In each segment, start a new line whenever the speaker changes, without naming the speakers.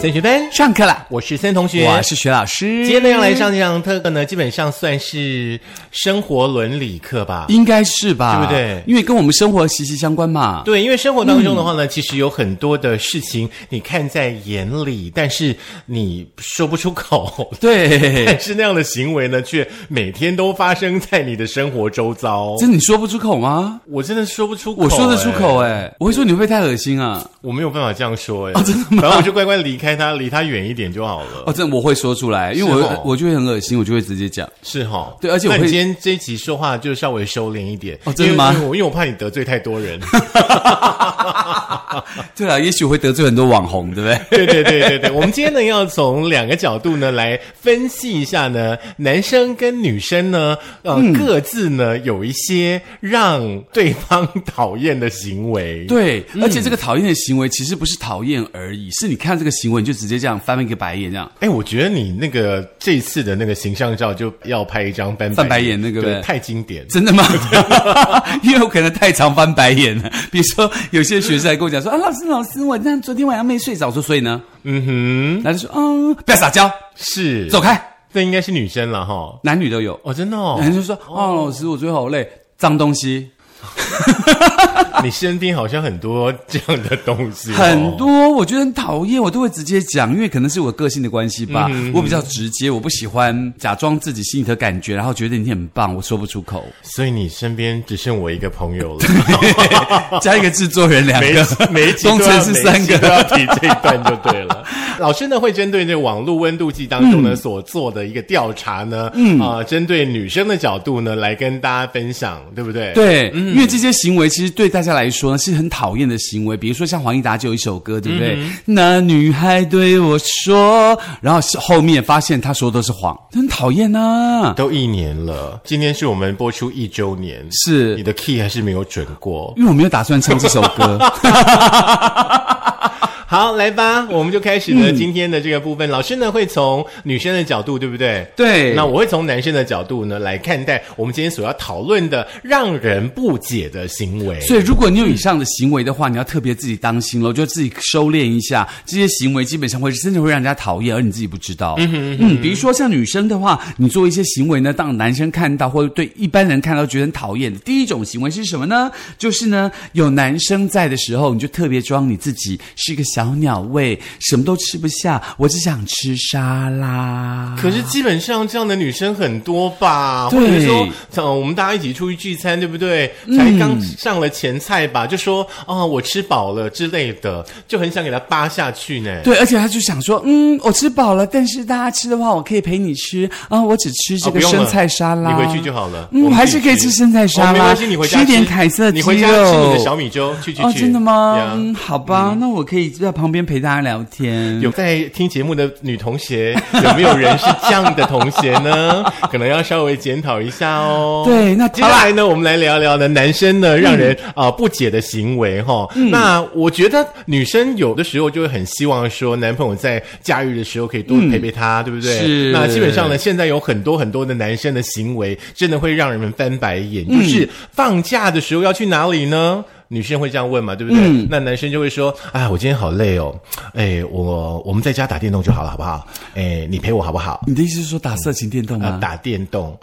森学分，
上课了，
我是森同学，
我是徐老
今
师。
天呢要来上这堂课呢，基本上算是生活伦理课吧。
应该是吧，
对不对
因为跟我们生活息息相关嘛。
对，因为生活当中的
嗯
话呢，其实有很多的事情你看在眼里，但是你说不出口。
对，
但是那样的行为呢，却每天都发生在你的生活周遭。
真的你说不出口吗？
我真的说不出口、
我说得出口
哎、
哎、我会说你会不会太恶心啊？
我没有办法这样说
哦
哎、真的吗？然后我就乖乖离开他，离他远一点就好了。
哦，真的我会说出来，因为
是
我、
哦
我就会很恶心，我就会直接讲。
是哈，
对而且我
那你
会
今天这一集说话就稍微收敛一点
哦真的
因
吗
为因为我因为我怕你得罪太多人。
对了，也许我会得罪很多网红，对不
对
对？
对对对对，我们今天呢要从两个角度呢来分析一下呢，男生跟女生呢，呃，
嗯
各自呢有一些让对方讨厌的行为。
对，
嗯
而且这个讨厌的行为其实不是讨厌而已，是你看这个行为你就直接这样翻一个白眼这样。
哎，我觉得你那个这一次的那个形象照就要拍一张翻
翻白眼那个
对
呗
太经典。
真的吗？ 因为我可能太常翻白眼了。比如说，有些学生还跟我讲说：“啊，老师，老师，我这样昨天晚上没睡着。”我说：“所以呢
嗯哼，？”
然后就说：“嗯，不要撒娇，
是
走，开。
这应该是女生了哈”。
男女都有。
哦，真的哦，
男生就说：“哦，老师，我昨天好累，脏东西
你身边好像很多这样的东西、哦
很。多，我觉得很讨厌，我都会直接讲，因为可能是我个性的关系吧，我比较直接，我不喜欢假装自己心里的感觉，然后觉得你很棒，我说不出口。
所以你身边只剩我一个朋友了，
加一个制作人两
每
个，
每一集
工
都要
程师三
每一集都
个。
要提这一段就对了。 老师呢会针对这网络温度计当中呢、所做的一个调查呢，嗯啊、针对女生的角度呢来跟大家分享，对不对？。
对，因为这些行为其实对大家来说呢是很讨厌的行为，比如说像黄义达就有一首歌，对不
嗯
对？那女孩对我说，然后后面发现她说的都是谎，很讨厌啊呐、
都一年了，今天是我们播出一周年，
是
你的 key 还是没有准过。
因为我没有打算唱这首歌。
好，来吧，我们就开始
嗯
呢、今天的这个部分。老师呢会从女生的角度，对不对？
对，
那我会从男生的角度呢来看待我们今天所要讨论的让人不解的行为。
所以，如果你有以上的行为的话，你要特别自己当心喽，就自己收敛一下。这些行为基本上会真的会让人家讨厌，而你自己不知道。嗯嗯，比如说像女生的话，你做一些行为呢，让男生看到或者对一般人看到觉得很讨厌的。第一种行为是什么呢？就是呢，有男生在的时候，你就特别装你自己是一个小鸟胃，什么都吃不下，我只想吃沙拉。
可是基本上这样的女生很多吧，或
对
者说，呃，我们大家一起出去聚餐，对不对？才刚上了前菜吧，就说啊、我吃饱了之类的，就很想给她扒下去呢。啊
对，而且他就想说，嗯，我吃饱了，但是大家吃的话，我可以陪你吃啊、我只吃这
哦不
个
用
生
了
菜沙拉，
你回去就好了。
嗯，
我
我
们
还
自
是
己
可以吃生菜沙拉，
哦没关系，你回家
吃一点
吃
凯撒
你
鸡
回家吃你的
肉
小米粥，去去去。
哦，真的吗？
呀
嗯，好吧，那我可以在旁边陪大家聊天。
有在听节目的女同学，有没有人是这样的同学呢？可能要稍微检讨一下哦。
对那
接下来呢，我们来聊聊呢，男生呢让人啊、呃不解的行为哈、那我觉得女生有的时候就会很希望说，男朋友在假日的时候可以多陪陪她，对不对？
是
那基本上呢，现在有很多很多的男生的行为，真的会让人们翻白眼，就是放假的时候要去哪里呢？女生会这样问嘛，对不对？那男生就会说：“哎，我今天好累哦，哎，我我们在家打电动就好了，好不好？哎，你陪我好不好？”
你的意思是说打色情电动
啊
吗，？
打电动，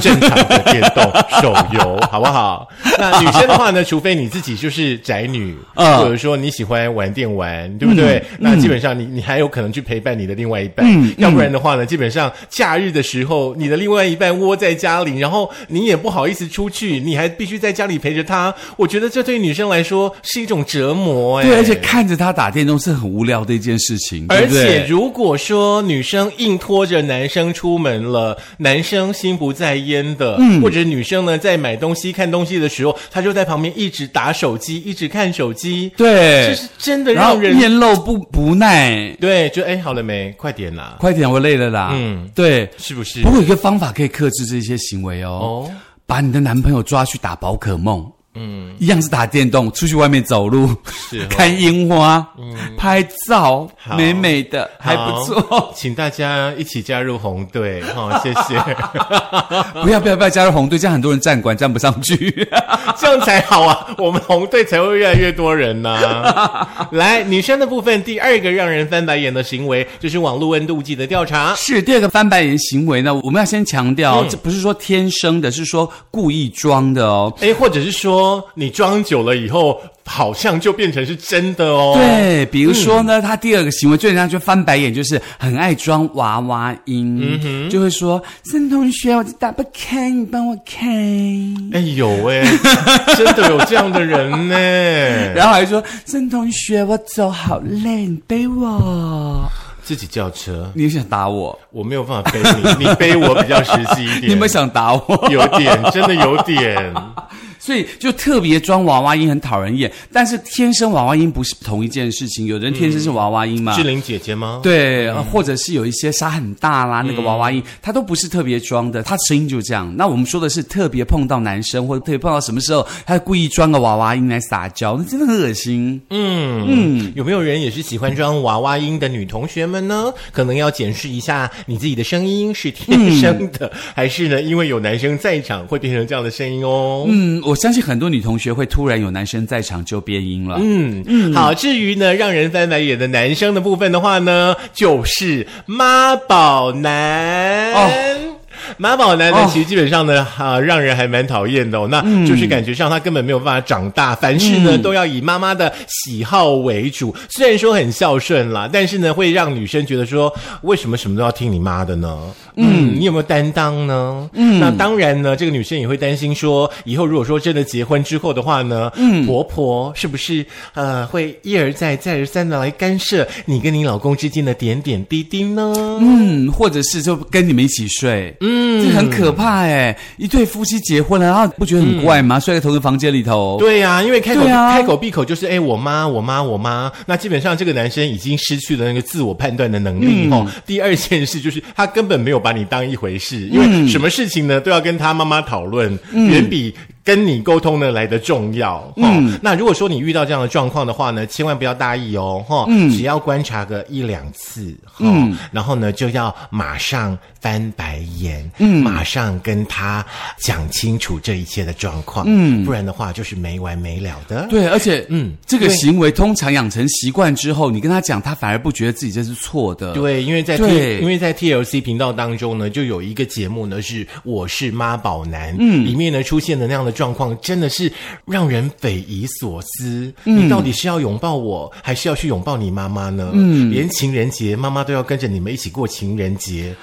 正常的电动手游，好不好？那女生的话呢，除非你自己就是宅女，
嗯
或者说你喜欢玩电玩，对不对？那基本上你你还有可能去陪伴你的另外一半，
嗯
要不然的话呢，基本上假日的时候，你的另外一半窝在家里，然后你也不好意思出去，你还必须在家里陪着他。我觉得这对女生来说是一种折磨、哎，
对，而且看着他打电动是很无聊的一件事情，对
而
不对
且，如果说女生硬拖着男生出门了，男生心不在焉的，
嗯
或者女生呢在买东西、看东西的时候，她就在旁边一直打手机，一直看手机，这
对，
是真的
然后
让人
面露不不耐，
对，就哎，好了没？快点啦，
快点，我累了啦。
嗯
嗯，对。
是不是
不？过有一个方法可以克制这些行为哦，
哦
把你的男朋友抓去打宝可梦。嗯，一样是打电动，出去外面走路，
是哦 嗯
看樱花，拍照，美美的，还不
好
错。
请大家一起加入红队，好、哦，谢 谢，
不要不要不要加入红队，这样很多人站馆站不上去。
这样才好啊，我们红队才会越来越多人呐、 来，女生的部分，第二个让人翻白眼的行为就是网络温度计的调查。
是第二个翻白眼行为呢，我们要先强调，
嗯
这不是说天生的，是说故意装的哦。
哎，或者是说你装久了以后，好像就变成是真的哦。，嗯
对，比如说呢，他第二个行为最让人家就翻白眼，就是很爱装娃娃
嗯
音，就会说：“森同学，我打不开，你帮我开。”
哎有哎， 真的有这样的人呢，
然后还说：“森同学，我走好累，你背我。
自己叫车”，
你想打我？
我没有办法背 你，你背我比较实际一点。
你有没有想打我？
有点，真的有点。
所以就特别装娃娃音很讨人厌。但是天生娃娃音不是同一件事情，有的人天生是娃娃音嘛。
志玲姐姐吗？
对，或者是有一些沙很大啦，那个娃娃音，它都不是特别装的，它声音就这样。那我们说的是特别碰到男生，或者特别碰到什么时候，他故意装个娃娃音来撒娇，那真的很恶心。
嗯，有没有人也是喜欢装娃娃音的女同学们呢？可能要检视一下你自己的声音是天生的，
嗯
还是呢因为有男生在场会变成这样的声音哦。
嗯，我相信很多女同学会突然有男生在场就变音了。
嗯嗯，好。至于呢，让人翻白眼的男生的部分的话呢，就是妈宝男。
哦
妈宝男呢
哦，
其实基本上呢，啊，让人还蛮讨厌的、哦。那就是感觉上他根本没有办法长大，凡事呢都要以妈妈的喜好为主。虽然说很孝顺啦，但是呢，会让女生觉得说，为什么什么都要听你妈的呢？嗯，你有没有担当呢？嗯，那当然呢，这个女生也会担心说，以后如果说真的结婚之后的话呢，嗯，婆婆是不是呃会一而再再而三的来干涉你跟你老公之间的点点滴滴呢？
嗯，或者是就跟你们一起睡，嗯，这很可怕哎！一对夫妻结婚了，然后不觉得很怪吗？睡在同一个房间里头，
嗯对呀、因为开口、
对啊
开口闭口就是哎、我妈，我妈，我妈。那基本上这个男生已经失去了那个自我判断的能力哦。第二件事就是他根本没有把你当一回事，因为什么事情呢都要跟他妈妈讨论，远比。跟你沟通呢来的重要，哦、那如果说你遇到这样的状况的话呢，千万不要大意哦，哈、只要观察个一两次，哈、然后呢就要马上翻白眼，嗯，马上跟他讲清楚这一切的状况，嗯，不然的话就是没完没了的。
对，而且，
嗯
嗯，这个
对
行为通常养成习惯之后，你跟他讲，他反而不觉得自己这是错的。
对，因为在 T,
对
因为在 TLC 频道当中呢，就有一个节目呢是《我是妈宝男》，嗯，里面呢出现的那样的状况，真的是让人匪夷所思。
嗯
你到底是要拥抱我，还是要去拥抱你妈妈呢？嗯，连情人节妈妈都要跟着你们一起过情人节，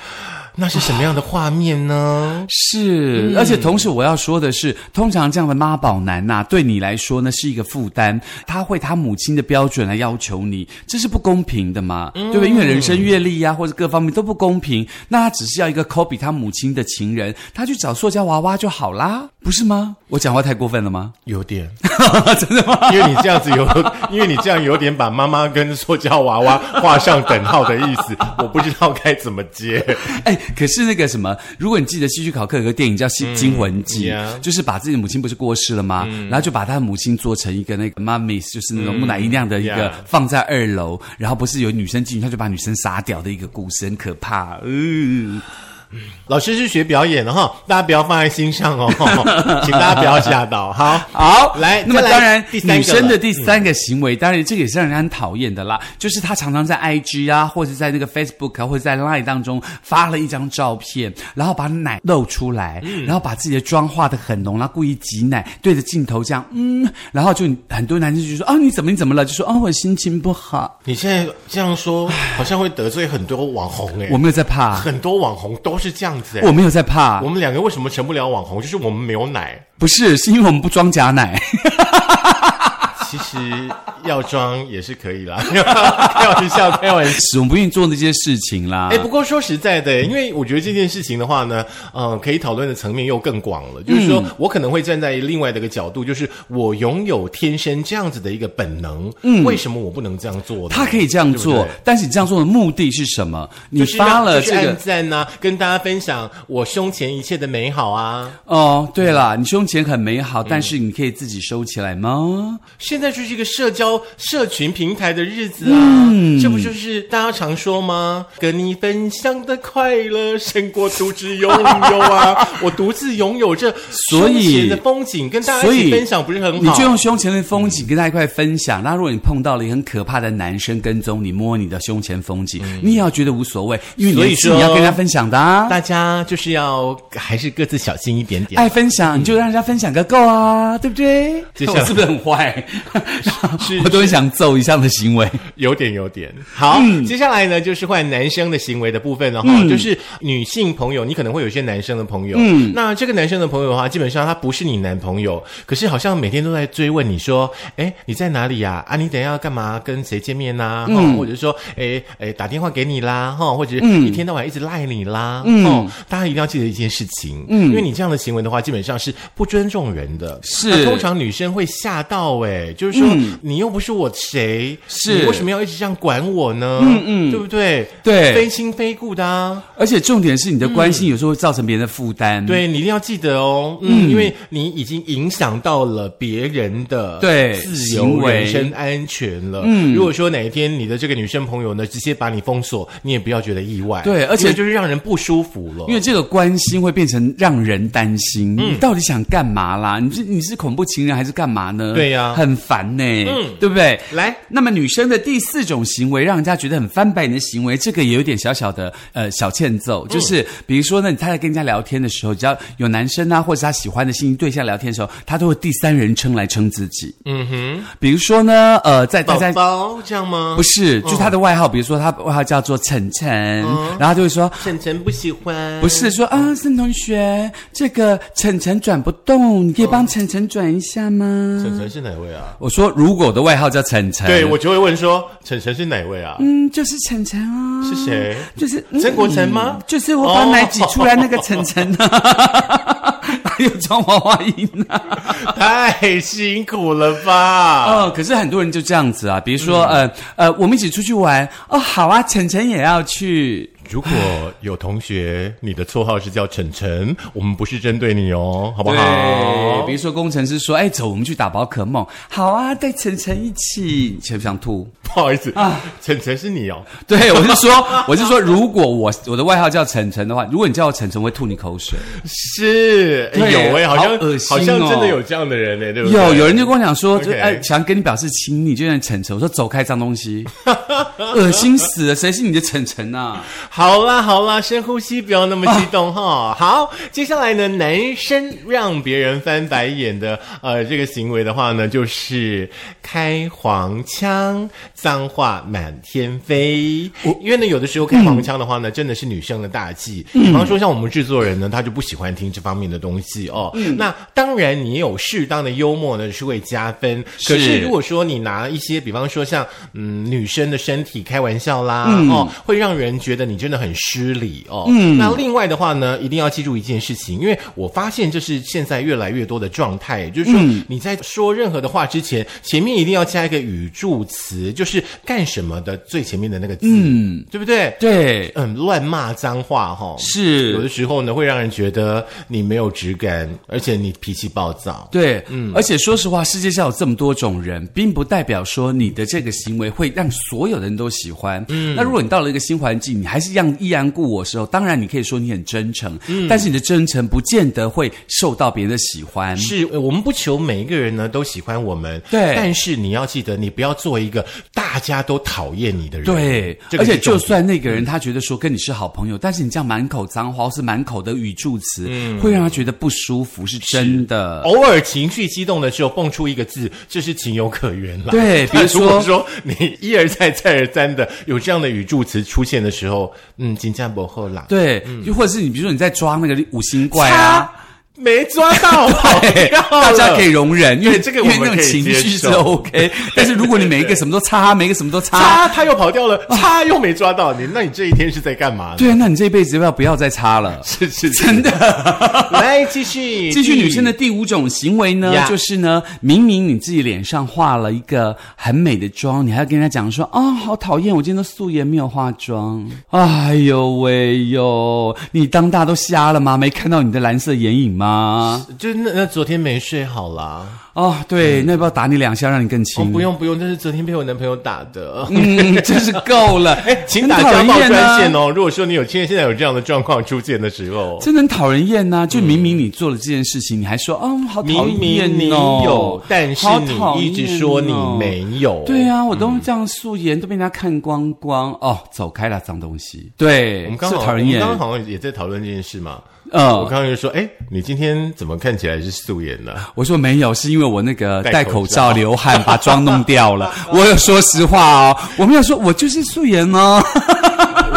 那是什么样的画面呢？
是，而且同时我要说的是，通常这样的妈宝男呐、对你来说呢是一个负担，他会他母亲的标准来要求你，这是不公平的嘛，对不对？因为人生阅历呀、或者各方面都不公平，那他只是要一个 copy 他母亲的情人，他去找塑胶娃娃就好啦，不是吗？我讲话太过分了吗？
有点，
真的吗？
因为你这样子有，因为你这样有点把妈妈跟塑胶娃娃画上等号的意思，我不知道该怎么接。
哎，可是那个什么，如果你记得戏剧考克有个电影叫《戏惊魂记》
嗯 yeah 嗯
就是把自己的母亲不是过世了吗？然后就把他的母亲做成一个那个 mummies，就是那种木乃伊那样的一个
yeah
放在二楼，然后不是有女生进去，他就把女生杀掉的一个故事，很可怕。嗯，
老师是学表演的哈，大家不要放在心上 哦，请大家不要吓到。好，
好，
来
那么
再来
当然，
第三个
女生
了
的第三个行为，当然这个也是让人家很讨厌的啦，就是她常常在 IG 啊，或者在那个 Facebook 啊，或者在 Line 当中发了一张照片，然后把奶露出来，
嗯
然后把自己的妆化得很浓，然后故意挤奶，对着镜头这样，嗯，然后就很多男生就说啊，你怎么你怎么了？就说啊，我心情 不好，
你现在这样说，好像会得罪很多网红哎、
我没有 在怕，
很多网红都是这样子哎、
我没有在怕
我，们两个为什么成不了网红？就是我们没有奶。
不是，是因为我们不装假奶。
其实要装也是可以 啦，开玩笑，开玩笑。
我们不愿意做那些事情啦。
哎，不过说实在
嗯
的，因为我觉得这件事情的话呢，呃，可以讨论的层面又更广了。就是
嗯
说我可能会站在另外的一个角度，就是我拥有天生这样子的一个本能，嗯，为什么我不能这样做呢？
他可以这样
对不
做，
对
但是你这样做的目的是什么？你
就是让
发了
就是
这
按
个。
赞呐、跟大家分享我胸前一切的美好啊！
哦，对啦，你胸前很美好，
嗯
但是你可以自己收起来吗？
现在就是一个社交社群平台的日子啊，
嗯
这不就是大家常说吗？跟你分享的快乐胜过独自拥有 啊！我独自拥有这
所以
胸前的风景，跟大家
所
一起
以
分享不是很
你
好
就？用胸前的风景跟大家一块分享。那如果你碰到了一个很可怕的男生跟踪你，摸你的胸前风景，你也要觉得无所谓，因为
嗯所以
你是
说
你要跟人家分享的啊。
大家就是要还是各自小心一点点。
爱哎分
嗯
享，你就让人家分享个够啊，对不对？
接下来
我是不是很坏？
是
我都很想揍一下的 行为。
有点有点嗯好，接下来呢就是换男生的行为的部分了哈，就是女性朋友，你可能会有一些男生的朋友，嗯，那这个男生的朋友的话，基本上他不是你男朋友，可是好像每天都在追问你说，哎，你在哪里呀、啊？你等一下要干嘛？跟谁见面呐、哦或者说，哎哎，打电话给你啦，哈、或者一天到晚一直赖你啦，嗯、哦，大家一定要记得一件事情，嗯，因为你这样的行为的话，基本上是不尊重人的，
是
那通常女生会吓到、哎，就是说、你又不是我谁，
是
你为什么要一直这样管我呢？嗯嗯，对不对？
对
非亲非故的啊，
而且重点是你的关心有时候会造成别人的负担。。
嗯对你一定要记得哦，嗯，因为你已经影响到了别人的
对
自由
行为
人身安全了。嗯，如果说哪一天你的这个女生朋友呢，直接把你封锁，你也不要觉得意外，
对而且
因为就是让人不舒服了，
因为这个关心会变成让人担心，
嗯
你到底想干嘛啦？你是你是恐怖情人还是干嘛呢？
对呀
很烦呢、
嗯
对不对？
来。
那么女生的第四种行为，让人家觉得很翻白眼的行为，这个也有点小小的呃小欠
嗯
揍，就是比如说呢，他在跟人家聊天的时候，只要有男生啊，或者他喜欢的心仪对象聊天的时候，他都会第三人称来称自己。
嗯哼，
比如说呢，呃，在大
宝
家。
宝这样吗？
不，是，就是
嗯
他的外号，比如说他外号叫做晨晨，然后他就会说
晨晨不喜欢，
不是说啊，森同学，这个晨晨转不动，你可以帮晨晨转一下吗？
晨晨是哪位啊？
我说，如果我的外号叫晨晨，
对我就会问说，晨晨是哪位啊？
嗯，就是晨晨啊，
是谁？
就是
曾国城吗
嗯就是我把
哦
奶挤出来那个晨晨啊，哪有装娃娃音啊？
太辛苦了吧？
哦，可是很多人就这样子啊，比如说、呃呃，我们一起出去玩哦，好啊，晨晨也要去。
如果有同学你的绰号是叫晨晨，我们不是针对你哦，好不好
比？如说工程师说：“哎，走，我们去打宝可梦。”好啊，带晨晨一起，想不想吐？
不好意思，
啊
晨晨是你哦，
对，我是说，我是说，如果我我的外号叫晨晨的话，如果你叫我晨晨，我会吐你口水。
是哎
对
有哎，好像
好恶心
好
哦
像真的有这样的人哎，对不对？
有有人就跟我讲说，就
OK
哎、想跟你表示亲昵，就像晨晨。我说走开，脏 东西，恶心死了，谁是你的晨晨啊？
好啦好啦，深呼吸，不要那么激动哈、好，接下来呢，男生让别人翻白眼的呃这个行为的话呢，就是开黄腔，脏话满天飞。因为呢，有的时候开黄腔的话呢，真的是女生的大忌。比方说像我们制作人呢，他就不喜欢听这方面的东西哦。那当然，你有适当的幽默呢是会加分，可是
是
如果说你拿一些，比方说像嗯女生的身体开玩笑啦，哦，会让人觉得你真的很失礼哦。嗯，那另外的话呢，一定要记住一件事情，因为我发现这是现在越来越多的状态，就是说你在说任何的话之前，前面一定要加一个语助词，就是干什么的最前面的那个字，嗯，对不对？
对，
嗯，乱骂脏话哈、哦，有的
是。
时候呢会让人觉得你没有质感，而且你脾气暴躁。
对，
嗯
而且说实话，世界上有这么多种人，并不代表说你的这个行为会让所有人都喜欢。
嗯
那如果你到了一个新环境，你还是一样依然故我的时候，当然你可以说你很真诚，
嗯
但是你的真诚不见得会受到别人的喜欢。
是呃我们不求每一个人呢都喜欢我们，
对
但是你要记得，你不要做一个大家都讨厌你的人。
对，
这个
而
是
且就
重点嗯
算那个人他觉得说跟你是好朋友，但是你这样满口脏话或是满口的语助词，会让他觉得不舒服，是真的。
偶尔情绪激动的时候蹦出一个字，这是情有可原啦。
对
那
比如说
如果说你一而再、再而三的有这样的语助词出现的时候，嗯，金价不后啦。
对，又或者是你比如说你在抓那个五星怪啊。
没抓 到，跑掉
大家可以
了
容忍，因为
对这个
因为
我
那
们
种
可以
情
接
绪是
受
OK，但是如果你每一个什么都擦，每一个什么都 擦，
擦，他又跑掉
啊
了，擦又没抓到你，那你这一天是在干嘛呢？
对，那你这辈子要不要不要再擦了？
是是是
真的。
来继续
继续，
第
女生的第五种行为呢
呀
就是呢，明明你自己脸上化了一个很美的妆，你还要跟人家讲说啊、好讨厌，我今天都素颜没有化妆。 哎呦喂呦，你当大都瞎了吗？没看到你的蓝色眼影吗？
就是那那昨天没睡好啦，
哦，对，那要不要打你两下，让你更
哦
轻？
不用不用，这是昨天被我男朋友打的。
嗯，真是够 了。
哎，请打
很讨
家
人
暴
厌啊
专线哦！如果说你有现现在有这样的状况出现的时候，
真的很讨人厌呐、就明明你做了这件事情，你还说啊、好讨厌哦，
嗯明明你有，但是
好讨
你一直
厌
说你
哦
没有，嗯
对啊，我都这样素颜、都被人家看光光哦，走开啦，脏东西。对，
我们刚
是
好，
讨
我
人
们
厌
刚。刚好像也在讨论这件事嘛。我
嗯，
刚刚就说，哎，你今天怎么看起来是素颜呢？
我说没有，是因为我那个
戴
戴
口
口
罩
罩流 汗，把妆弄掉了。我有说实话哦，我没有说我就是素颜哦。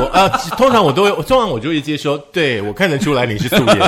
我啊，通常我都会，通常我就会接说，对我看得出来你是素 颜，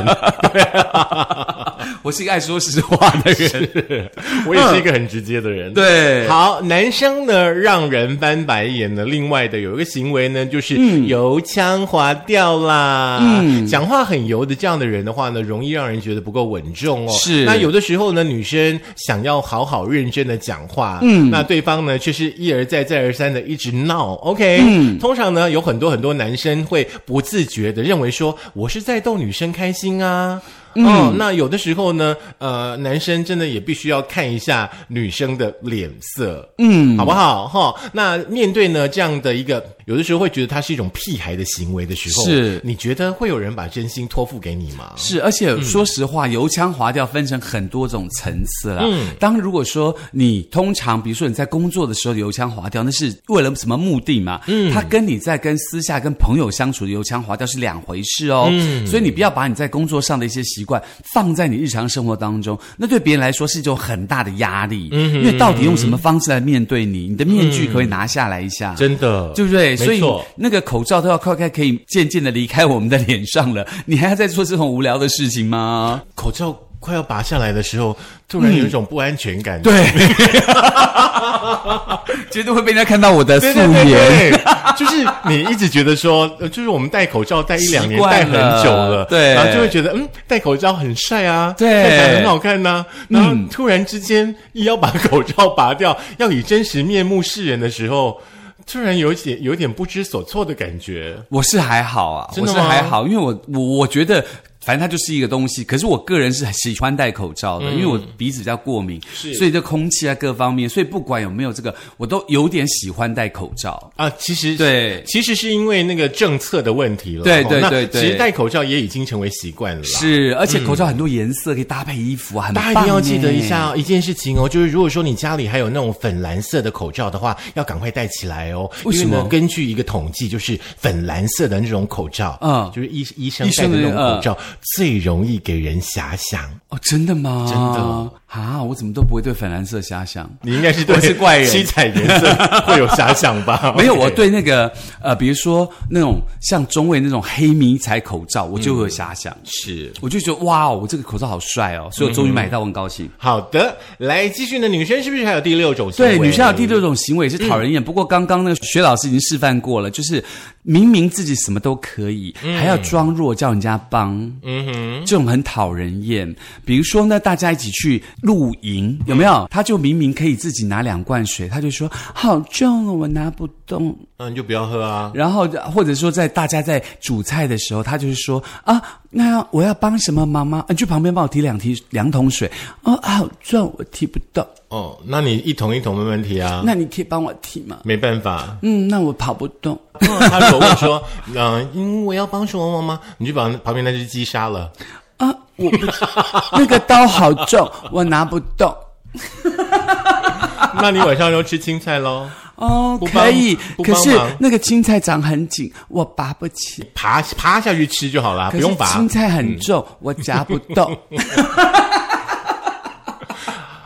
我是一个爱说实话 的人。
我也是一个很直接的人。
对，
好，男生呢让人翻白眼呢，另外的有一个行为呢，
嗯
就是油腔滑调啦，嗯，讲话很油的这样的人的话呢，容易让人觉得不够稳重哦。
是
那有的时候呢，女生想要好好认真的讲话，嗯，那对方呢却是一而再再而三的一直闹。OK，嗯，通常呢有很多很多男生会不自觉的认为说，我是在逗女生开心啊。
嗯
哦，那有的时候呢，呃，男生真的也必须要看一下女生的脸色，嗯，好不好？哈、那面对呢这样的一个，有的时候会觉得他是一种屁孩的行为的时候，
是
你觉得会有人把真心托付给你吗？
是，而且说实话，油腔滑调分成很多种层次啦。当如果说你通常，比如说你在工作的时候的油腔滑调，那是为了什么目的嘛？嗯，它跟你在跟私下跟朋友相处的油腔滑调是两回事哦。嗯，所以你不要把你在工作上的一些习惯放在你日常生活当中，那对别人来说是一种很大的压力。嗯，因为到底用什么方式来面对你？你的面具可不可以拿下来一下。
真的，
对不对？所
没
以
错。
那个口罩都要快快可以渐渐的离开我们的脸上了， 你还要再做这种无聊的事情吗？
口罩快要拔下来的时候，突然有一种不安全感，
嗯对， 绝对会被人家看到我的素
对
颜。
对对对， 就是你一直觉得说，呃就是我们戴口罩戴一两年，
习惯
戴很久
了
了，
对
然后就会觉得嗯，戴口罩很帅啊，
对嗯
戴起来很好看呐、然后突然之间一要把口罩拔掉，要以真实面目示人的时候，突然有一点有一点不知所措的感觉。
我是还好啊，
真
我
的
是
吗
还好，因为我我我觉得。反正它就是一个东西，可是我个人是喜欢戴口罩的，因为我鼻子比较过敏，
嗯是
所以这空气啊各方面，所以不管有没有这个，我都有点喜欢戴口罩。
啊，其实
对
其实是因为那个政策的问题了。
对对
哦那
对对
其实戴口罩也已经成为习惯了啦。
是，而且口罩很多颜色可以搭配衣服啊，很
嗯大家一
棒
定要记得一
耶
下、哦、一件事情哦，就是如果说你家里还有那种粉蓝色的口罩的话，要赶快戴起来哦。
为什么
因呢？根据一个统计，就是粉蓝色的那种口罩，
嗯
就是医医生
医
戴
生
的
的
那
嗯
种口罩，最容易给人遐想。
哦，真的吗？
真的
啊！我怎么都不会对粉蓝色遐想。
你应该是
对
对七
七
彩颜色会有遐想吧？
没有，我对那个呃，比如说那种像中卫那种黑迷彩口罩，我就会有遐想，
是。
我就觉得哇哦，我这个口罩好帅哦，所以我终于买到，我很高兴。
好的，来继续呢。女生是不是还有第六种行为？
对，女生有第六种行为是讨人厌。不过刚刚那个薛老师已经示范过了，就是明明自己什么都可以，还要装弱叫人家帮，嗯哼，这种很讨人厌。比如说呢，大家一起去露营，
嗯
有没有？他就明明可以自己拿两罐水，他就说好重哦，我拿不动。
嗯，你就不要喝啊。
然后或者说在大家在煮菜的时候，他就是说啊，那我要帮什么忙吗？啊你去旁边帮我提两提两桶水。哦，好重，我提不动，
哦，那你一桶一桶慢慢提啊。
那你可以帮我提吗？
没办法，
嗯，那我跑不动。
他如果问说，嗯、因为我要帮什么忙吗？你就把旁边那只鸡杀 了。
啊，我 不那个刀好重，我拿不动。
那你晚上要吃青菜喽？
哦
不，帮
可以，
不
可
帮
是
忙
那个青菜长很紧，我拔不起。
爬爬下去吃就好啦，啊
可
不
是
用拔嗯哦
青菜很重，我夹不 动。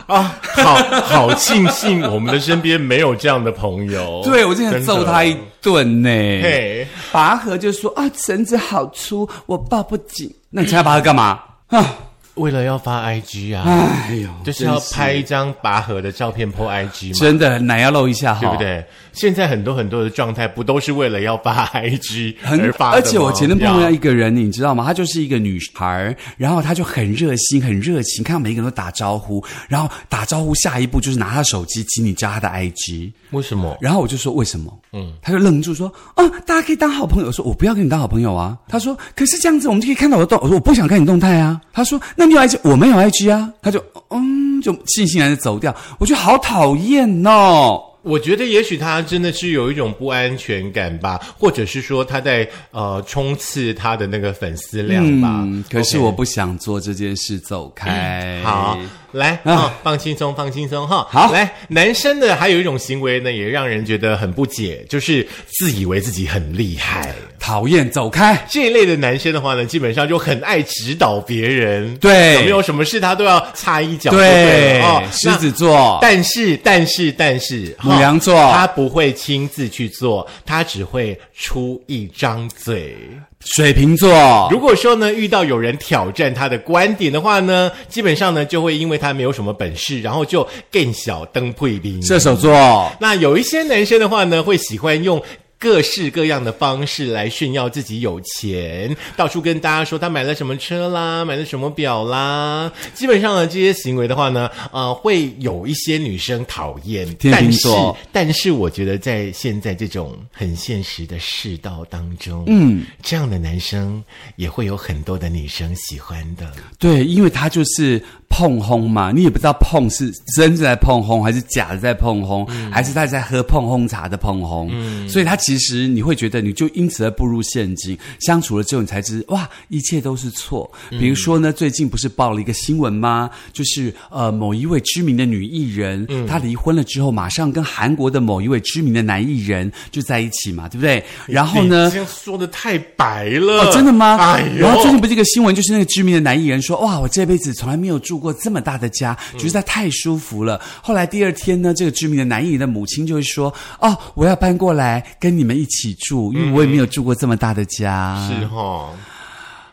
啊！好好庆幸我们的身边没有这样的朋友。
对我真想揍他一
真的
顿呢。
嘿，
拔河就说啊，绳子好粗，我抱不紧。那你掐拔河干嘛？啊，
为了要发 IG 啊，
哎呦，
嗯就是要
真
拍一张拔河的照片 po IG 嘛。
真的奶要露一下哈，
对不？对？现在很多很多的状态不都是为了要发 IG
很
而发的吗
而且我前天碰到
呀
一个人，你知道吗？她就是一个女孩儿，然后她就很热心、很热情，看到每一个人都打招呼，然后打招呼下一步就是拿她手机，请你加她的 IG。
为什么？
然后我就说为什么？嗯，她就愣住说：“哦，大家可以当好朋友。”我说：“我不要跟你当好朋友啊。”她说：“可是这样子我们就可以看到我的动。”我说：“我不想看你动态啊。”她说：“那你有 IG？我没有 IG 啊。”她就嗯，就悻悻然的走掉。我觉得好讨厌哦。
我觉得也许他真的是有一种不安全感吧，或者是说他在呃冲刺他的那个粉丝量吧。
嗯，可是
OK 嗯
我不想做这件事，走开。
好，来啊、哦放轻松，放轻松哈。
好
来，男生的还有一种行为呢，也让人觉得很不解，就是自以为自己很厉害。
讨厌，走开。
这一类的男生的话呢，基本上就很爱指导别人，
对
有没有什么事他都要插一脚就对
对
了，哦，
狮
那
子座，
但是，但是，但是，
啊母羊座
哈他不会亲自去做，他只会出一张嘴。
水瓶座，
如果说呢，遇到有人挑战他的观点的话呢，基本上呢，就会因为他没有什么本事，然后就更小灯贵宾。
射手座，
那有一些男生的话呢，会喜欢用。各式各样的方式来炫耀自己有钱，到处跟大家说他买了什么车啦，买了什么表啦。基本上呢，这些行为的话呢，呃，会有一些女生讨厌。
天秤
但是
座，
但是我觉得在现在这种很现实的世道当中，嗯，这样的男生也会有很多的女生喜欢的。
对，因为他就是碰轰嘛，你也不知道碰是真的在碰轰，还是假的在碰轰，还是他在喝碰轰茶的碰轰。所以他其实你会觉得，你就因此而步入陷阱。相处了之后，你才知哇，一切都是错。比如说呢，最近不是爆了一个新闻吗？就是呃，某一位知名的女艺人，她离婚了之后，马上跟韩国的某一位知名的男艺人就在一起嘛，对不对？然后呢
哎你，这样说的太白了、
哦，真的吗？
哎呦，
然后最近不是一个新闻，就是那个知名的男艺人说，哇，我这辈子从来没有住过这么大的家，
嗯
觉得他太舒服了。后来第二天呢，这个知名的男艺人的母亲就会说，哦，我要搬过来跟你们一起住，因为我也没有住过这么大的家。
是哈。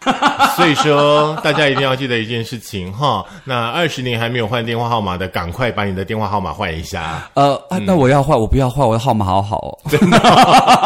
所以说，大家一定要记得一件事情哈。那二十年还没有换电话号码的，赶快把你的电话号码换一 下。
呃、啊
嗯
那我要换，我不要换，我的号码好好哦。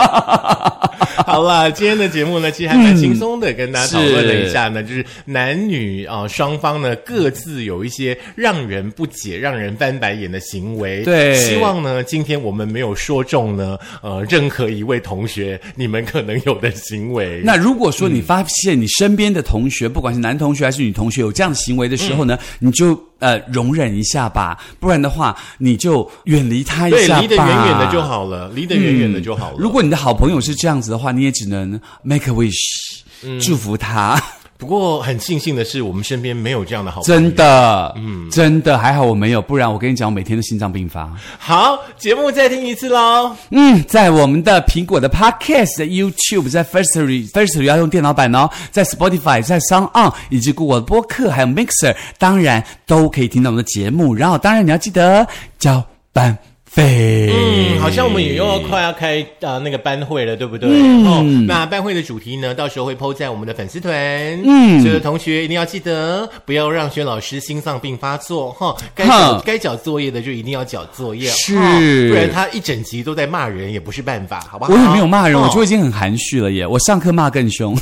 好啦，今天的节目呢，其实还蛮轻松的，跟大家讨论了一下呢，就是男女啊、双方呢各自有一些让人不解、让人翻白眼的行为。
对
希望呢今天我们没有说中呢，呃，任何一位同学你们可能有的行为。
那如果说你发现你身边的同学，不管是男同学还是女同学，有这样的行为的时候呢，
嗯
你就呃容忍一下吧，不然的话你就远离他一
对，
下吧，
离得远远的就好了，离得远远的就好了。
如果你的好朋友是这样子的话，你也只能 make a wish，、祝
嗯
福他。
不过很庆幸的是，我们身边没有这样的好朋友。
真的，嗯，真的还好我没有，不然我跟你讲，我每天都心脏病发。
好，节目再听一次喽。
嗯，在我们的苹果的 Podcast、YouTube、在 Firstory、Firstory 要用电脑版哦，在 Spotify、在 Sound On 以及 Google 播客还有 Mixer，当然都可以听到我们的节目。然后，当然你要记得交班费。
嗯，好像我们也又要快要开啊、呃那个班会了，对不对？嗯、哦，那班会的主题呢，到时候会 PO 在我们的粉丝团。嗯，所有的同学一定要记得，不要让薛老师心脏病发作哈、该
哼
缴该缴作业的就一定要缴作业，
是
哦不然他一整集都在骂人也不是办法，好不好？
我也没有骂人，
哦
我就已经很含蓄了耶。我上课骂 更凶，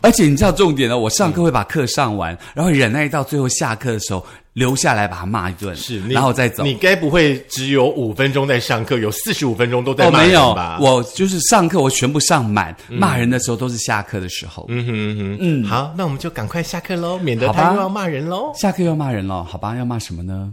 而且你知道重点呢，哦我上课会把课上完，然后忍耐到最后下课的时候留下来把他骂一顿，
是，你
然后再走
你。该不会只有五分钟在上课，有四十五分钟都在
哦，
骂
没
人
有
吧？，
我就是上课我全部上满，骂人的时候都是下课的时候，
嗯哼哼，嗯，好，那我们就赶快下课喽，免得
好吧
他又要骂人喽。
下课要骂人了，好吧？要骂什么呢？